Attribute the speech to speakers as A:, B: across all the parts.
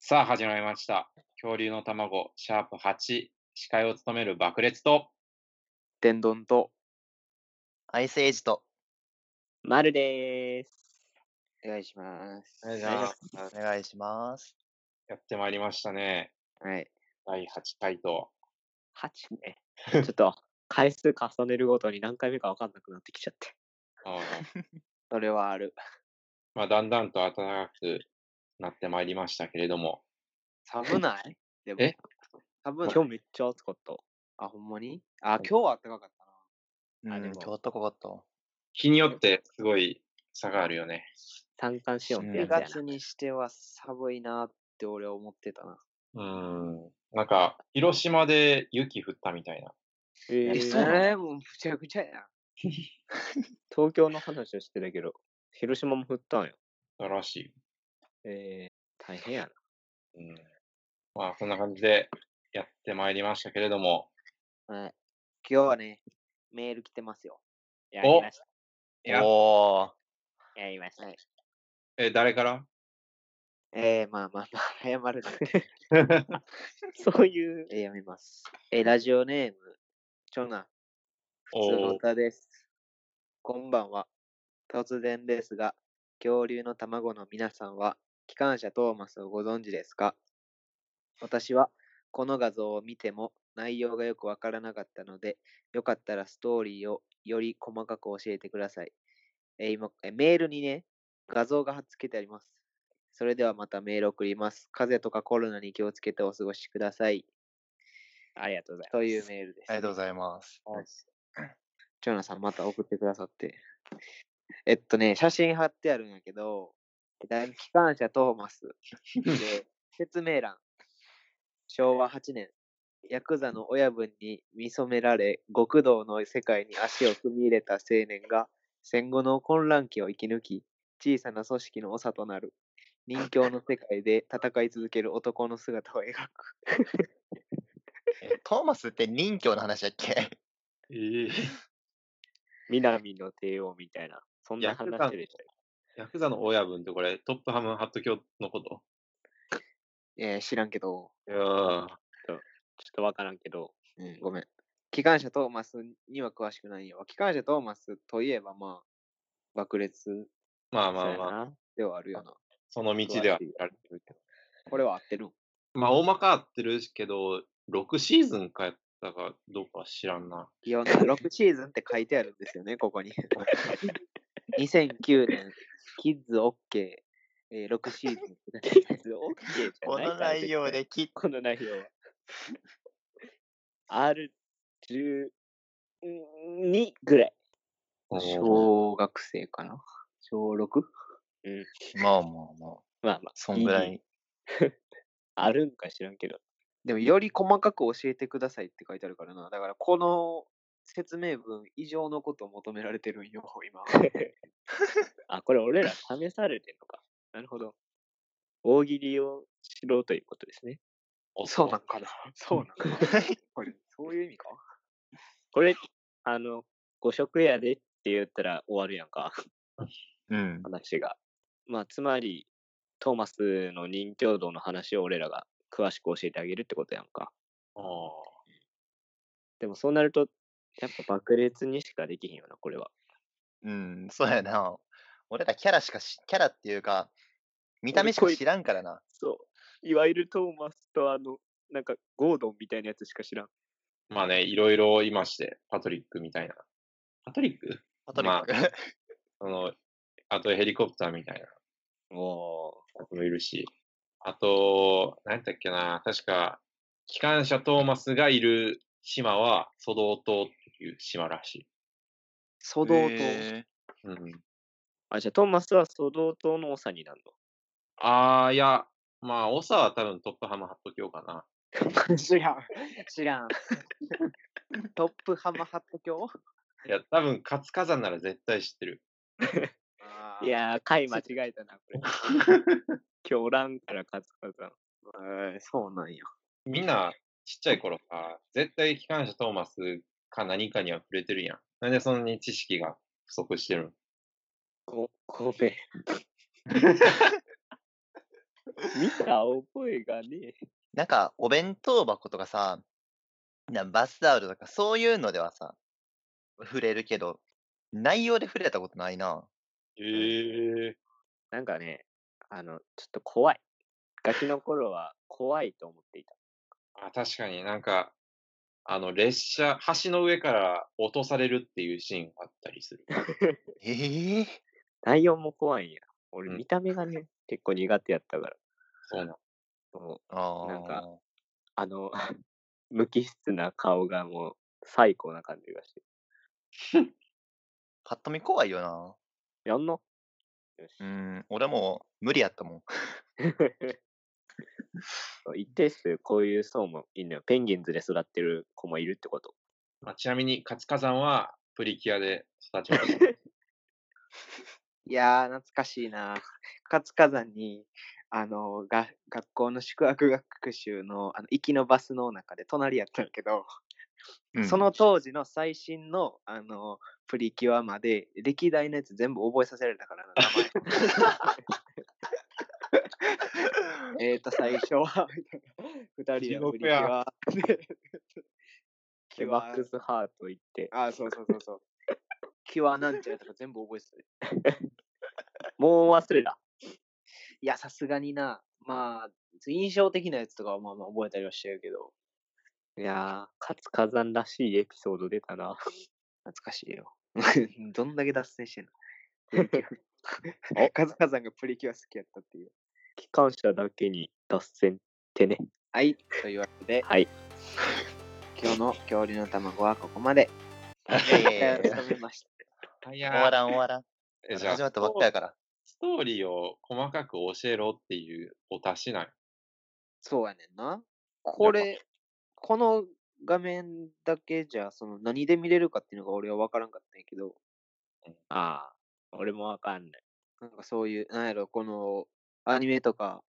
A: さあ、始まりました。恐竜の卵、シャープ8、司会を務める爆裂と、
B: 天丼と、
C: アイスエイジと、
D: まるでーす。
B: お願いします。
A: お願いします。
C: お願いします。
A: やってまいりましたね。
B: はい。
A: 第8回と。
D: 8ね。ちょっと、回数重ねるごとに何回目か分かんなくなってきちゃって。
A: あ
B: それはある。
A: まあ、だんだんと暖かくなってまいりましたけれども。
B: 寒ない でも。
A: え
B: 寒い。
D: 今日めっちゃ暑かった。
B: あ、ほんまにあ、今日は暖かかったな。
C: あ、でも今日暖かかった。
A: 日によってすごい差があるよね。
D: 三寒四温って
B: 4
D: やつやな。
B: 月にしては寒いなって俺は思ってたな。
A: うん。なんか、広島で雪降ったみたいな。
D: えー、
B: え、それもうむちゃくちゃやな。
D: 東京の話をしてたけど、広島も降ったんよ。
A: だらしい。
D: えー、大変やな。
A: うん。まあ、そんな感じでやってまいりましたけれども。
B: はい。今日はね、メール来てますよ。
D: やりました。
A: や
C: お
D: やりました。はい
A: え、誰から
B: えー、まあまあまあ、謝る
D: な。そういう。
B: えー、やめます。えー、ラジオネーム、長男、普通の歌です。こんばんは。突然ですが、恐竜の卵の皆さんは、機関車トーマスをご存知ですか私は、この画像を見ても内容がよくわからなかったので、よかったらストーリーをより細かく教えてください。えー、今えー、メールにね、画像が貼っつけてあります。それではまたメール送ります。風邪とかコロナに気をつけてお過ごしください。
D: ありがとうございます。
B: というメールです、
C: ね、ありがとうございます。
B: ジョナさん、また送ってくださって。えっとね、写真貼ってあるんやけど、機関車トーマス。で、説明欄。昭和8年、ヤクザの親分に見初められ、極道の世界に足を踏み入れた青年が、戦後の混乱期を生き抜き、小さな組織の長となる。人形の世界で戦い続ける男の姿を描く。
C: トーマスって任侠の話だっ け
A: えー、
D: 南の帝王みたいな、そんな話でした
A: ヤクザの親分ってこれ、トップハムハット教のこと
B: えー、知らんけど。
A: いやちょ
D: っとわからんけど、
B: うん、ごめん。機関車トーマスには詳しくないよ。機関車トーマスといえば、まあ、爆裂。
A: まあまあまあ。
B: ではあるよな。
A: その道ではられてるけど。
B: これは合ってる
A: まあ、大まか合ってるけど、6シーズンかやったかどうか知らんな。
B: いや、6シーズンって書いてあるんですよね、ここ に。2009年、キッズ OK、えー、6シーズン。
D: キ ッズ OK じゃ
C: この内容でキッ
D: この内容は。R12 ぐらい。
B: 小学生かな小 6?
D: うん。
C: まあまあまあ。
D: まあまあ。
C: そんぐらい。
D: あるんか知らんけど。
B: でも、より細かく教えてくださいって書いてあるからな。だから、この説明文以上のことを求められてるんよ、今。
D: あ、これ俺ら試されてんのか。なるほど。大喜利をしろということですね。
B: そうなんかな。そうなんかな。これ、そういう意味か
D: これ、あの、五色やでって言ったら終わるやんか。
C: うん。
D: 話が。まあ、つまり、トーマスの任教道の話を俺らが詳しく教えてあげるってことやんか。
A: ああ。
D: でもそうなると、やっぱ爆裂にしかできひんよな、これは。
C: うん、そうやな。俺らキャラしかし、キャラっていうか、見た目しか知らんからな。
D: そう。いわゆるトーマスとあの、なんかゴードンみたいなやつしか知らん。
A: まあね、いろいろいまして、パトリックみたいな。パトリック
C: パトリック、まあ、
A: その、あとヘリコプターみたいな。
D: お
A: やつもいるし、あと、何やったっけな、確か、機関車トーマスがいる島は、ソドウ島っていう島らしい。
B: ソドウ島、
A: うん。
D: あ、じゃあトーマスはソドウ島の長になるの
A: あー、いや、まあ、長は多分トップハム貼っときようかな。
B: 知らん、知らん。 トップハムハット教
A: いや、多分活火山なら絶対知ってる。
D: いやー、回間違えたな、 これ。今日おらんから活火山。
B: えー、そうなんや。
A: みんな、ちっちゃい頃さ、絶対機関車トーマスか何かには触れてるやん。なんでそんなに知識が不足 してるの
D: ご、ごめん。見た覚えがねえ。
C: なんか、お弁当箱とかさ、なバスタオルとか、そういうのではさ、触れるけど、内容で触れたことないな。
A: ええ
D: なんかね、あの、ちょっと怖い。ガキの頃は怖いと思っていた。
A: あ、確かになんか、あの、列車、橋の上から落とされるっていうシーンがあったりする。
C: ええ
D: 内容も怖いんや。俺、
A: うん
D: 見た目がね、結構苦手やったから。
A: そうなの。
D: そう
C: ああ。
D: なんかあの、 無機質な顔がもう、最高な感じがして。
C: ぱっと見怖いよな。
D: やんのよし。
C: うん、俺もう無理やったもん。
D: そう一定数こういう層もいるのよ。ペンギンズで育ってる子もいるってこと。
A: まあ、ちなみに、活火山はプリキュアで育ちま した。
B: いやー、懐かしいな。活火山に、あの、が学校の宿泊学習の、あの、行きのバスの中で隣やったんやけど、
C: うん
B: その当時の最新の、あの、プリキュアまで、歴代のやつ全部覚えさせられたからな、名前。えっと、最初は、みたいな二人のプリキュア。で キ
D: で、
B: ュア
D: マックスハート行って、
B: あ、そうそうそうそう。キュアなんちゃらとか全部覚えてた。
D: もう忘れた。
B: いや、さすがにな。まあ、印象的なやつとかはまあまあ覚えたりはしてるけど、
D: いやー、勝火山らしいエピソード出たな。
B: 懐かしいよ。 どんだけ脱線してんの カズカさんがプリキュア好きやったっていう。
D: 機関車だけに脱線って ね。
B: はい、というわけで、
D: はい。
B: 今日の恐竜の卵はここまで。
C: いやいや
B: お疲
C: いや
B: れ様でした
A: い
C: 終わ
A: や
C: らん終わらん。
A: ー、じゃあ
C: 始まったばっかやから。
A: ストーリーを細かく教えろっていうお達しない。
B: そうやねんな。これ、この画面だけじゃ、その何で見れるかっていうのが俺は分からんかったんやけど、
D: ああ、俺もわかんない。
B: なんかそういう、なんやろ、このアニメとか、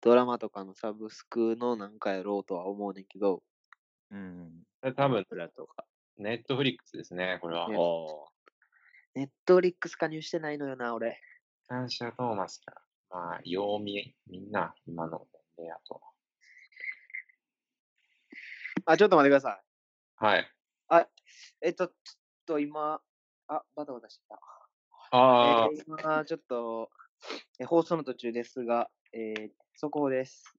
B: ドラマとかのサブスクのなんかやろうとは思うねんけど、
C: うん。
A: 多分、
D: プラとか。
A: ネットフリックスですね、これは
D: あ
B: う
D: あ
B: ん。ネットフリックス加入してないのよな、俺。
A: 感謝トーマスから。まあ、ようみ、みんな、今の年齢やと。
B: あ、ちょっと待ってください。
A: はい。
B: えっと、ちょっと今、あ、バタバタしてた。
A: あ
B: えー今、ちょっと、え放送の途中ですが、えー速報です。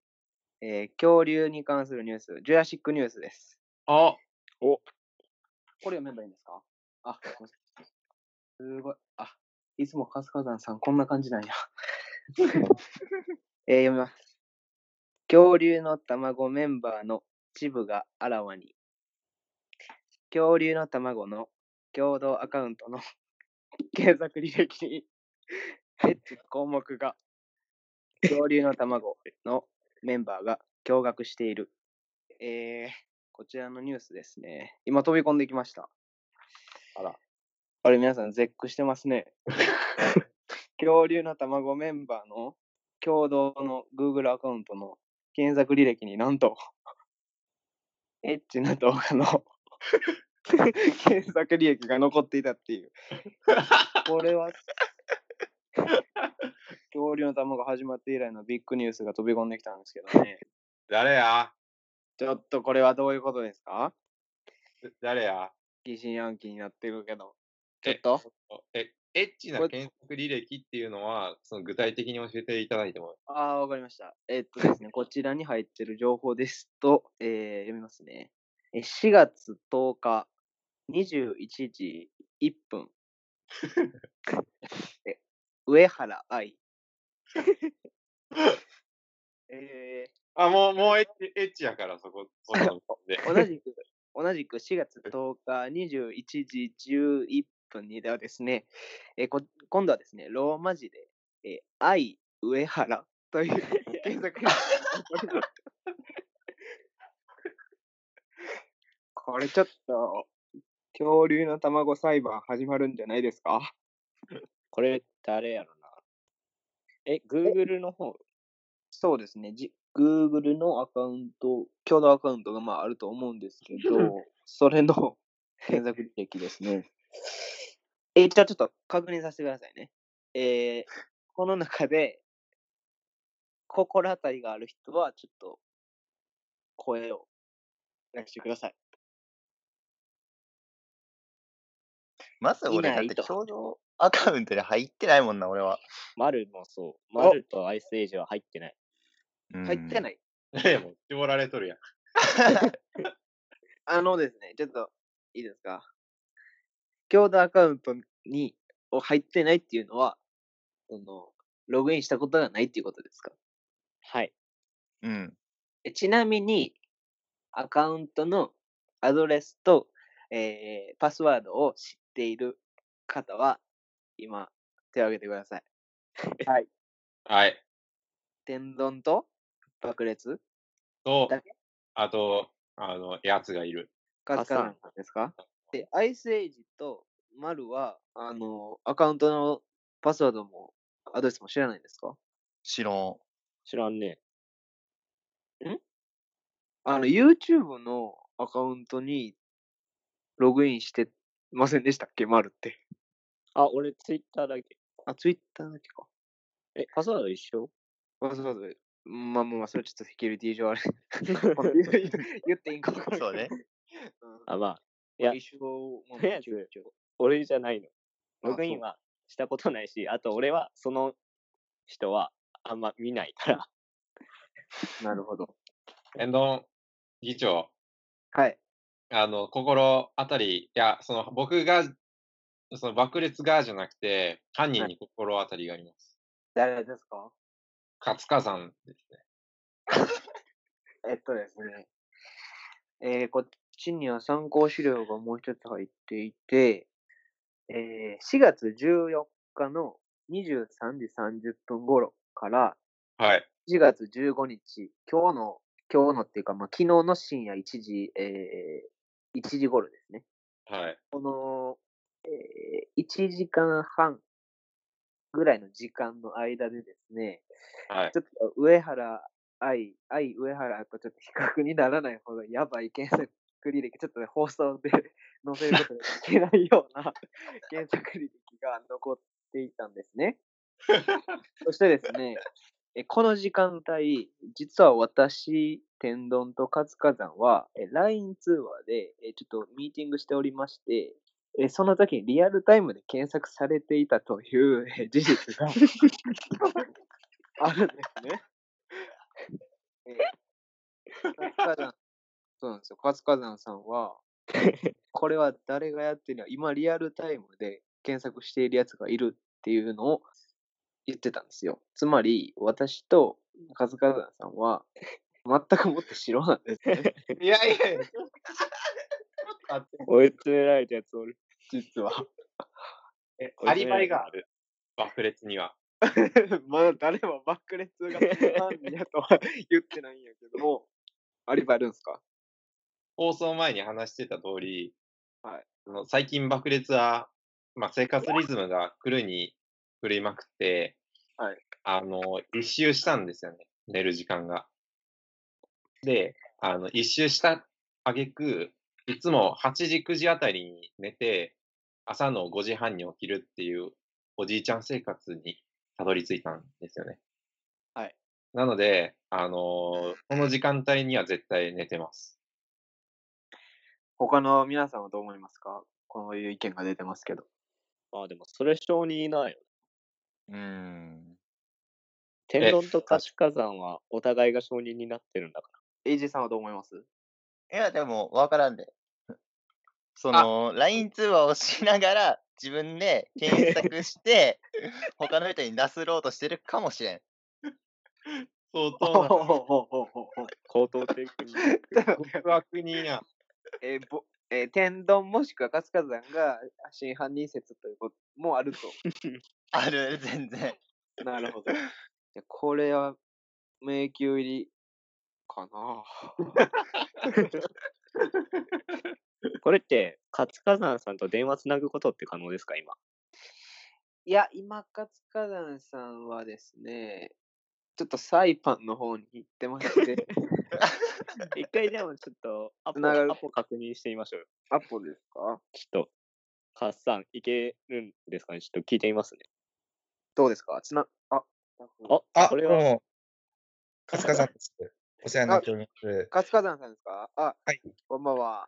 B: えー恐竜に関するニュース、ジュラシックニュースです。
A: あ、あ、
B: これ読めばいいんですかあ、ごめんなさいすごい。あ、いつも春日山さんこんな感じなんや。 えー読みます。恐竜の卵メンバーの一部があらわに。恐竜の卵の共同アカウントの 検索履歴にエッチ項目が 恐竜の卵のメンバーが驚愕している。えー、こちらのニュースですね。今飛び込んできました。
A: あら。
B: あれ、皆さん、絶句してますね。 恐竜の卵メンバーの共同の Google アカウントの検索履歴になんと、エッチな動画 の検索履歴が残っていたっていう。これは、恐竜の卵始まって以来のビッグニュースが飛び込んできたんですけどね。
A: 誰や
B: ちょっとこれはどういうことですか
A: 誰や
B: 疑心暗鬼になってるけど。ちょ
A: え
B: っと
A: え、エッチな
B: これ
A: 検索履歴っていうのは、その具体的に教えていただいても。
B: ああ、わかりました。えっとですね、こちらに入ってる情報ですと、えー読みますね。えー4月10日、21時1分。え上原愛。 え
A: あ、もう、もうエッチ、エッチやから、そこ、そこで。
B: ー同じく、同じく4月10日、21時11分にではですね、えーこ今度はですね、ローマ字で、えー愛上原という検索にこれちょっと、恐竜の卵裁判始まるんじゃないですか
D: これ誰やろな。え、Google の方
B: そうですね。じ Google のアカウント、共同アカウントがまああると思うんですけ ど、それの検索履歴ですね。え、じゃあちょっと確認させてくださいね。えーこの中で、心当たりがある人は、ちょっと、声を出してください。
C: まず俺、だっ
B: いない
C: て
B: と
C: 共同アカウントで入ってないもんな、俺は。
D: 丸もそう。丸とアイスエイジは入ってない。
B: 入って
C: い。
B: ない。
A: ねえ、もう絞られとるやん。
B: あのですね、ちょっと、いいですか。共同アカウントに、を入ってないっていうのは、その、ログインしたことがないっていうことですか
D: はい。
C: うん。
B: えちなみに、アカウントのアドレスと、えーパスワードを知っている方は、今、手を挙げてください。
A: はい。
B: 天丼と爆裂
A: と
B: だけ、
A: あと、あの、やつがいる。
B: カツカ
D: あ
B: ナ
D: そう
B: ンさんですかで、アイスエイジとマルは、あの、アカウントのパスワードも、アドレスも知らないんですか
C: 知らん。
D: 知らんね。
B: あの、YouTube のアカウントにログインしてませんでしたっけマルって。
D: あ、俺ツイッターだけ。
B: あ、Twitter だけか。
D: え、パスワード一緒
B: パスワードで。まあまあまあ、それちょっとセキュリティ上 あれ。言う言っていいんか分からんけど
C: そうね。
B: うん
D: あ、まあ、い
B: まあ
D: や
B: 一緒も
D: とりあえず俺じゃないの。
B: あ
D: ログインはしたことないし、あと俺はその人はあんま見ないから。
B: なるほど。
A: エンドン議長、
B: はい。
A: あの、心当たり、いや、その、僕が、その、爆裂がじゃなくて、犯人に心当たりがあります。
B: 誰ですか
A: 勝川さんですね。
B: えっとですね、えーこっちには参考資料がもう一つ入っていて、えー4月14日の23時30分頃から、
A: はい。
B: 4月15日、今日の、今日のっていうか、まあ、昨日の深夜1時、えー1時頃ですね。
A: はい。
B: この、えー1時間半ぐらいの時間の間でですね、
A: はい
B: ち。ょっと上原愛、愛上原とちょっと比較にならないほどやばい検索履歴、ちょっとね、放送で 載せることができないような 検索履歴が残っていたんです ね。そしてですね、えこの時間帯、実は私、天丼と活火山は、え LINE 通話でえちょっとミーティングしておりまして、えその時にリアルタイムで検索されていたというえ事 実が あるんですね。え活火山そうなんですよ。活火山さん は、これは誰がやってるの今リアルタイムで検索しているやつがいるっていうのを言ってたんですよ。つまり、私とカズカズさんは、全くもって白なんですね、
A: いやいやいや。
D: 追い詰められたやつ俺。
B: 実は。
A: えアリバイがある。爆裂には。
B: まだ誰もバックレスが犯人やとは言ってないんやけども、アリバイあるんですか
A: 放送前に話してた通り、
B: はい
A: あの最近爆裂は、まあ、生活リズムが狂いに狂いまくって、
B: はい
A: あの、一周したんですよね。寝る時間が。で、あの、一周した挙句、いつも8時、9時あたりに寝て、朝の5時半に起きるっていうおじいちゃん生活にたどり着いたんですよね。
B: はい。
A: なので、あのこの時間帯には絶対寝てます。
B: 他の皆さんはどう思いますかこういう意見が出てますけど。
D: まあでもそれ性にいないよ。
C: うん。
D: 天丼と活火山はお互いが承認になってるんだか
B: エイジさんはどう思います
C: いや、でも、わからんで。その、LINE 通話をしながら、自分で検 索して、他の人に出すろうとしてるかもしれん。
A: 相
B: ほ
A: 当な
B: うほうほうほうほう
D: ら。高等的に。
A: 極悪人や。
B: えーぼ えー天丼もしくは活火山が真犯人説ということもあると。
C: ある、全然。
B: なるほど。じゃあこれは迷宮入りかな。
D: これって、活火山さんと電話つなぐことって可能ですか今。
B: いや、今、活火山さんはですね、ちょっとサイパンの方に行ってまして、
D: 一回でもちょっとアポ、
B: つながる
D: アポ確認してみましょうよ。
B: アポですか
D: ちょっと、活さんいけるんですかねちょっと聞いてみますね。
B: どうですかつな、あ、
D: あ、これは、
C: も
E: カスカさんです。お世話になっております。
B: カツカザンさんですかあ、
E: はい、
B: こんばんは。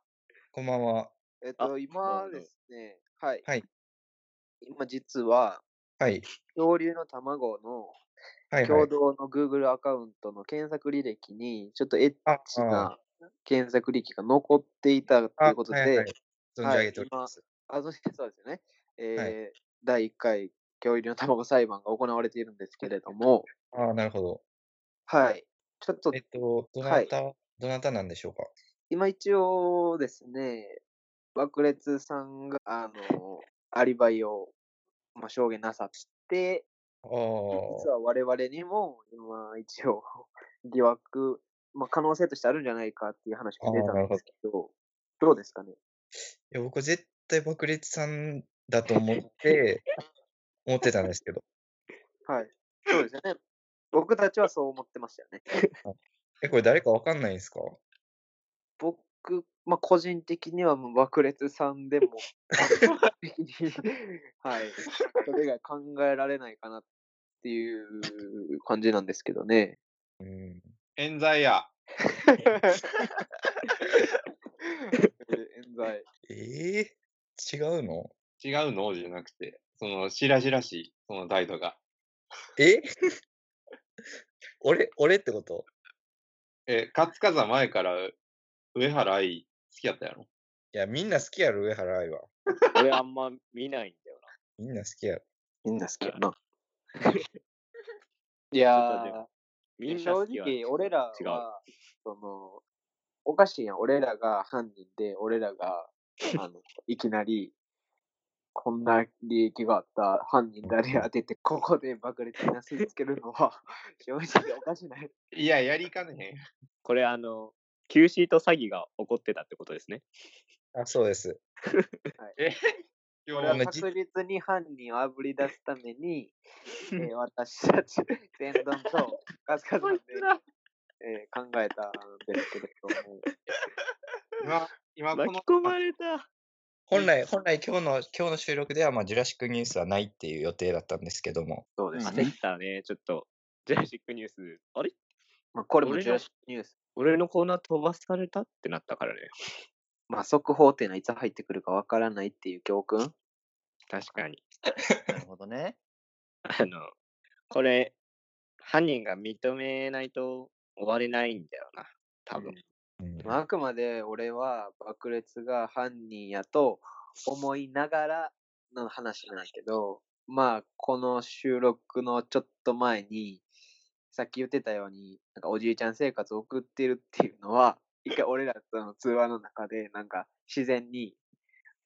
E: こんばんは。
B: えっ
D: あ
B: と、今ですね、はい。
E: はい
B: 今実は、
E: はい。
B: 恐竜の卵の
E: はい、は
B: 共
E: い。
B: 同の Google アカウントの検索履歴に、ちょっとエッ
E: あ
B: チな検索履歴が残っていたということで、
E: あはいはい存じ上げております。
B: あの、 そうですよね。えー第1回恐竜の卵裁判が行われているんですけれども、
E: ああ、なるほど。
B: はい。ちょっと
E: えっと、どなた、どなたなんでしょうか。
B: 今一応ですね、爆裂さんが、あの、アリバイを、まあ、証言なさって、
E: あ
B: 実
E: あ、
B: は我々にも、今一応、疑惑、まあ、可能性としてあるんじゃないかっていう話が出た
E: あーなる
B: ん
E: ほ
B: で
E: ど
B: すけど、どうですかね
E: いや、僕絶対爆裂さんだと思って、思ってたんですけど。
B: はい。そうですよね。僕たちはそう思ってましたよね。
E: え、これ誰かわかんないんですか
B: 僕、まあ、個人的にはもう爆裂さん でも、的に はい。それ以外考えられないかなっていう感じなんですけど ね。
E: うん。
A: 冤罪や。
B: 冤罪。
E: ええ違うの
A: 違うのじゃなくて、その、しらしらしい、その態度が。
E: え 俺、俺ってこと
A: え、勝風前から、上原愛、好きやったやろ
E: いや、みんな好きやろ、上原愛は。
D: 俺あんま見ないんだよ
E: みんな好きやろ。
B: みんな好きやな。 いや
D: ちょっとで
B: ー
D: も、な。みんな
B: 正
D: 好きは
B: 直、俺ら
D: 違う
B: は、その、おかしいやん。俺らが犯人で、俺らが、あ の、いきなり、こんな利益があった犯人誰当てて、ここで爆裂なすりつけるのは、 正直おかし ない。
A: いや、やりかねへん。
D: これあの、Q シート詐欺が起こってたってことで すね。
E: あ、そ うです。
A: 今
B: こ
A: 日
B: れ
A: は
B: は
E: あのじ
B: 確実に犯人をあぶり出すために、えー 私たち、天丼とカスカさんで、えー考えたんですけれども、
A: 今、今こ
D: 巻
A: の
D: き、込まれた。
E: 本来、本来今日の、今日の収録では、まあ、ジュラシックニュースはないっていう予定だったんですけども。
B: そうです
D: 焦
B: ね
D: っ。たね、ちょっと。ジュラシックニュース、あれ
B: まあ、これも
D: 俺
B: ジュラ
D: の
B: シックニュース。
D: 俺のコーナー飛ばされたってなったからね。
B: まあ、速報っていうのはいつ入ってくるかわからないっていう教訓
D: 確かに。
C: なるほどね。
D: あの、これ、犯人が認めないと終われないんだよな、多分。
E: うん
B: まあ、あくまで俺は爆裂が犯人やと思いながらの話なんだけど、まあ、この収録のちょっと前に、さっき言ってたように、なんかおじいちゃん生活を送ってるっていうのは、 一回俺らとの通話の中で、なんか自然に、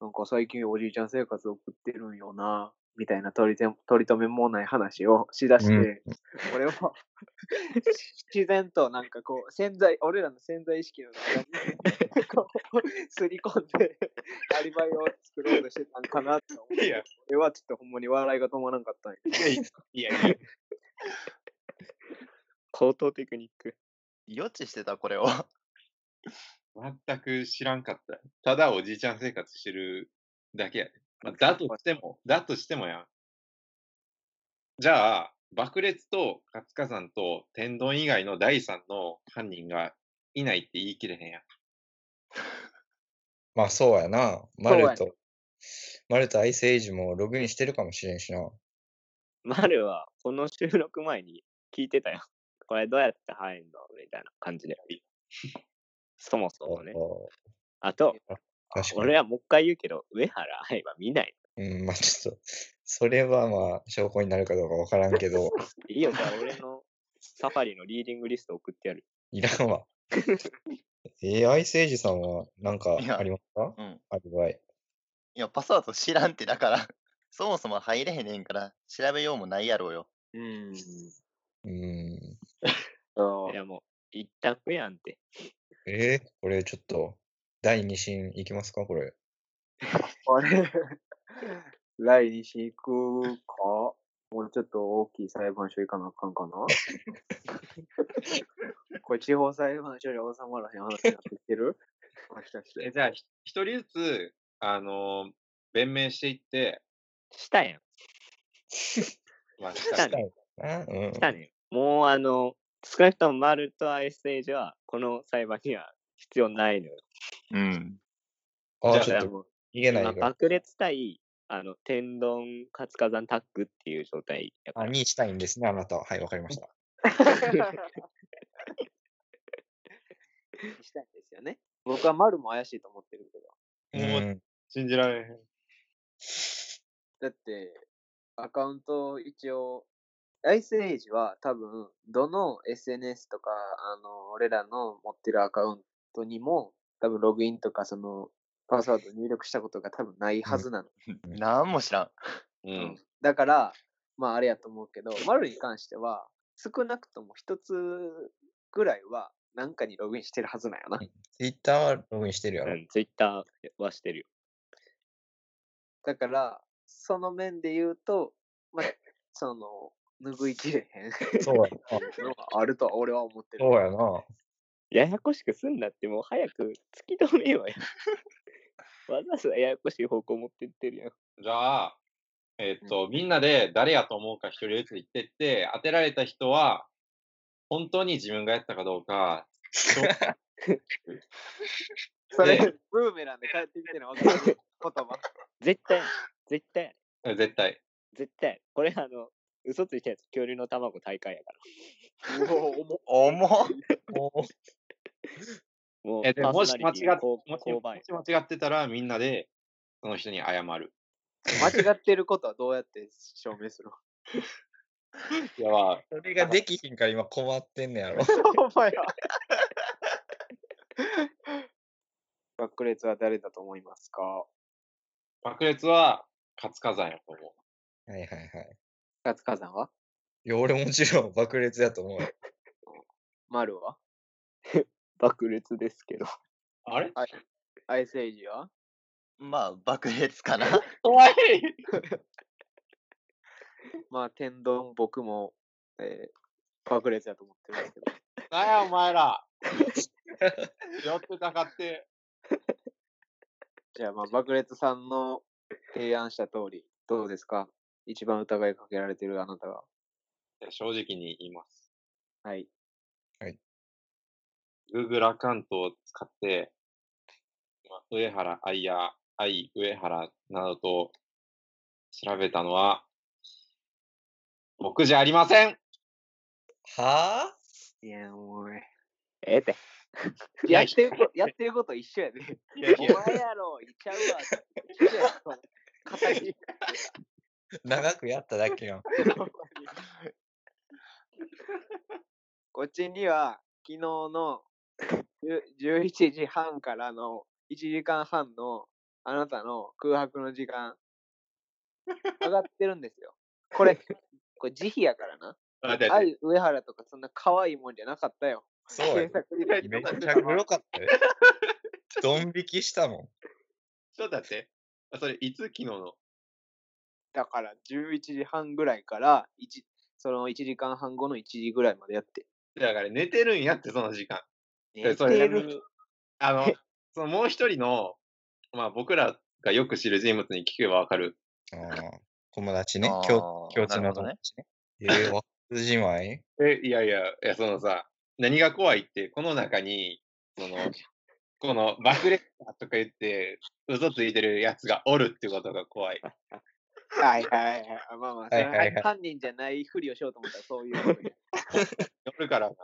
B: なんか最近おじいちゃん生活を送ってるんよな、みたいな取りて取り留めもない話をしだして、
E: うん
B: 俺は 自然となんかこう潜在俺らの潜在意識の中に こうすり込んでアリバイを作ろうとしてたんかなって思う
A: いや、
B: 俺はちょっとほんまに笑いが止まらんかったんや
A: いや、いや、いや
D: 口頭テクニック。
C: 予知してた、これを。
A: 全く知らんかった。ただおじいちゃん生活してるだけやで。まあ、だとしても、だとしてもやん。じゃあ、爆裂と活火山と天丼以外の第三の犯人がいないって言い切れへんやん。
E: まあ、そうやな。マ
B: そうやね
E: ルと、マルとアイスエイジもログインしてるかもしれんしな。
D: 丸は、この収録前に聞いてたよ。 これどうやって入んのみたいな感じで。 そもそもね。
E: あ
D: あと、
E: あ確かに
D: 俺。はもう一回言うけど、上原愛は見ない。
E: うん、まあちょっと、それはまあ証拠になるかどうかわからんけど、
D: いいよ、じゃあ俺のサファリのリーディングリスト送ってや る。
E: いら んわ。えー、アイスエイジさんはなんか
C: いや
E: ありますか
C: うん。
E: アリバイ。
C: いや、パスワード知らんって、だから、 そもそも入れへんねんから、調べようもないやろうよ。
B: うん
E: うん。
B: そ
D: いうやもう、一択やんって。
E: えー、これちょっと、第2審いきますかこれ。
B: あれ来日行くかもうちょっと大きい裁判所行かなあかん かなこれ地方裁判所に収まらへん話になってきてるもしかして
A: えじゃあ、ひ一人ずつ、あのー弁明していって、
D: したやん。
A: まあ、
D: したね。
E: あうん
D: したね。もうあの、少なくともマルとアイスエイジは、この裁判には必要ないのよ。
C: うん。
E: あ
A: じゃ
E: あ、
A: あ
D: だか
E: ちょっ
D: ら
E: と
D: もう
E: 逃げない
D: 今、
E: が。
D: 爆裂対、あの、天丼、活火山タッグっていう状態やか
E: あ、
D: ら。
E: にしたいんですね、あなたは。はい、わかりました。
B: したいんですよね。僕は丸も怪しいと思ってるけど。
E: う。
A: もうん信じられへん。
B: だって、アカウント一応、アイスエイジは多分、どの SNS とか、あの、俺らの持ってるアカウントにも、多分ログインとか、その、パスワード入力したことが多分ないはずなの。
C: なんも知らん。
A: うん。
B: だから、まああれやと思うけど、マルに関しては、少なくとも一つぐらいは、なんかにログインしてるはずなんやな。
E: ツイッターはログインしてるや
D: う
E: ろ。
D: ん、ツイッターはしてるよ。
B: だから、その面で言うと、まあ、その、拭いきれへん
E: そうやな。
B: のはあるとは俺は思ってる。
E: そうやな。
D: ややこしくすんなって、もう早く突き止めよ うよ。わざわざややこしい方向持ってってるやん。
A: じゃあ、えっ、と、みんなで誰やと思うか一人ずつ言ってって、当てられた人は、本当に自分がやったかどうか、
B: それ
A: で、
B: ブーメランで帰ってきてるの分かる言葉。
D: 絶対やる、絶対やる、
A: え絶対。
D: 絶対やる。これ、あの、嘘ついたやつ、恐竜の卵大会やから。
C: 重っ
E: おー
D: もう、
A: えでも
D: パー
A: も
D: ソナ
A: し
D: リ
A: 間違って、
D: ティこう
A: もし
D: 勾
A: も
D: 配
A: し間違ってたら、みんなで、その人に謝る。
B: 間違ってることはどうやって証明するの
A: いや、まあ
E: それができひんから今困ってん ねやろ。
B: お前は。爆裂は誰だと思いますか
A: 爆裂は、活火山やと思う。
E: はいはいはい。
B: 活火山はい
E: や、俺もちろん爆裂だと思うよ。
B: 丸は
D: 爆裂ですけど。
A: あれ
B: アイスエイジは
C: まあ、爆裂かな。
A: 怖い
B: まあ、天丼僕も、えー、爆裂だと思ってますけど。
A: なんやお前 ら寄ってたかって。
B: じゃあ、まあ、爆裂さんの提案した通り、どうですか一番疑いかけられてるあなたが。
A: いや正直に言います。
B: はい。
A: Google アカウントを使って、まあ上原愛や愛上原などと調べたのは、僕じゃありません
E: はい
B: や、もうね。
D: ええって。
B: やって ること、やってること一緒やで。
A: いやい
B: お前
A: や
B: やろ、いっちゃうわ。一緒やんそう硬い。
E: ぁ長くやっただけやん。
B: こっちには、昨日の10 11時半からの1時間半のあなたの空白の時間、上がってるんですよ。これ、これ慈悲やからな。
A: だって
B: あい上原とかそんな可愛いもんじゃなかったよ。
E: そうや
B: 検。索履歴
E: めっ
B: とか
E: ちゃ黒かったよ。ドン引きしたも
A: ちょっと待って。あそれ、いつ昨日の
B: だから11時半ぐらいから1、その1時間半後の1時ぐらいまでやって。
A: だから寝てるんやって、その時間。
B: 寝
A: それ
B: てる。
A: あの、そのもう一人の、まあ僕らがよく知る人物に聞けばわかる。
E: ん。あー友達ね。
C: あー
E: 共共通
C: なる
E: の
C: ほど
E: 友
C: ね
E: 達ね。 えー、わっじまい
A: え、いやいや、いや、そのさ、何が怖いって、この中に、その、この 爆裂だとか言って、嘘ついてるやつがおるってことが怖い。
B: はいはいはい。まあまあ、そ
E: はい
B: れ
E: は
B: はい
E: はい
B: 犯人じゃないふりをしようと思ったらそういうことや。
A: おるからな、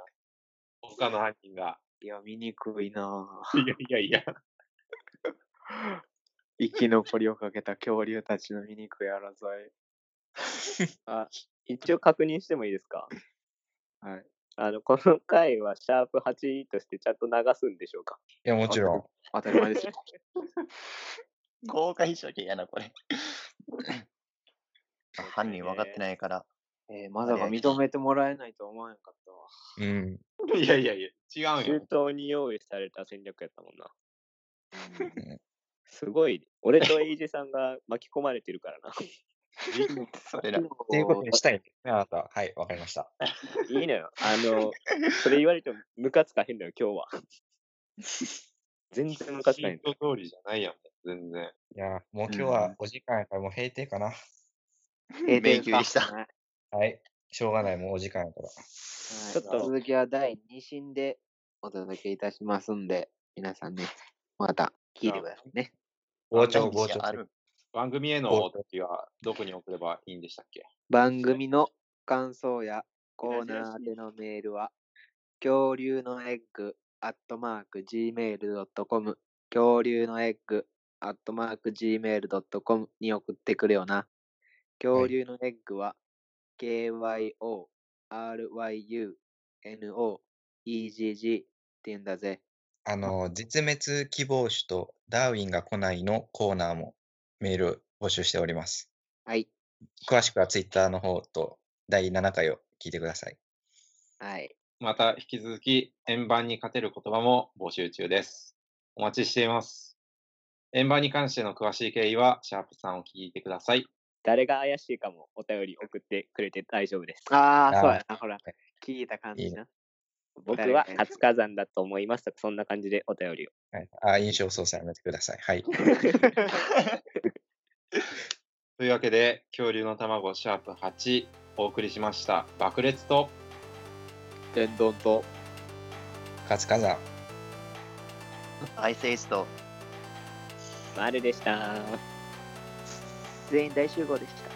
A: 他の犯人が。
B: いや、見にくいなぁ。
A: いやいやいや、
B: 生き残りをかけた恐竜たちの醜い争い。
D: 一応確認してもいいですか
B: はい。
D: あの、この回はシャープ8としてちゃんと流すんでしょうか
E: いや、もちろん。
B: 当たり前 ですよ。
C: 公開処刑やな、これ。犯人分かってないから。
B: えー、まさか認めてもらえないとは思わなかったわ。
E: うん。
A: いやいやいや、違うん
D: 中
A: よ。
D: 東に用意された戦略やったもんな。
E: うん
D: すごい、俺とエイジさんが巻き込まれてるからな。
C: それら。
E: っていうことにしたいんですね、あなたは。はい、わかりました。
D: いいのよ。あの、それ言われてもムカつかへんのよ、今日は。全然ムカ つかへん。
A: 人通りじゃないやん、全然。
E: いやー、もう今日
C: う
E: は
C: ん
E: お時間やからもう閉店かな。
B: えー
C: 迷宮入りした。
E: はい。しょうがない、もうお時間やから。
B: ち
D: ちょっと
B: 続きは第2審でお届けいたしますんで、皆さんね、また聞いてくださいね。
E: 傍聴、
C: 何
E: 傍
C: 日
E: 聴
C: あ。る
A: 番組へのお便りはどこに送ればいいんでしたっけ
B: 番組の感想やコーナー宛てのメールは、恐竜のエッグアットマーク Gmail.com 恐竜のエッグアットマーク Gmail.com に送ってくれよな。恐竜のエッグは、KYORYUNOEGG って言うんだぜ。
E: あの、絶滅希望種とダーウィンが来ないのコーナーもメール募集しております。
B: はい。
E: 詳しくはツイッターの方と第7回を聞いてください。
B: はい。
A: また引き続き、円盤に勝てる言葉も募集中です。お待ちしています。円盤に関しての詳しい経緯は、シャープさんを聞いてください。
D: 誰が怪しいかもお便り送ってくれて大丈夫です。
B: あ
E: あ
B: あ、
E: ー
B: そうやな、ほら。聞いた感じな。
D: 僕は活火山だと思いますとか、そんな感じでお便りを。
E: はい、あ印象操作やめてください。はい。
A: というわけで、恐竜の卵シャープ8、お送りしました。爆裂と、
B: 天丼と。
E: 活火山。
C: アイスエイスト
D: まるでした
B: 全員大集合でした。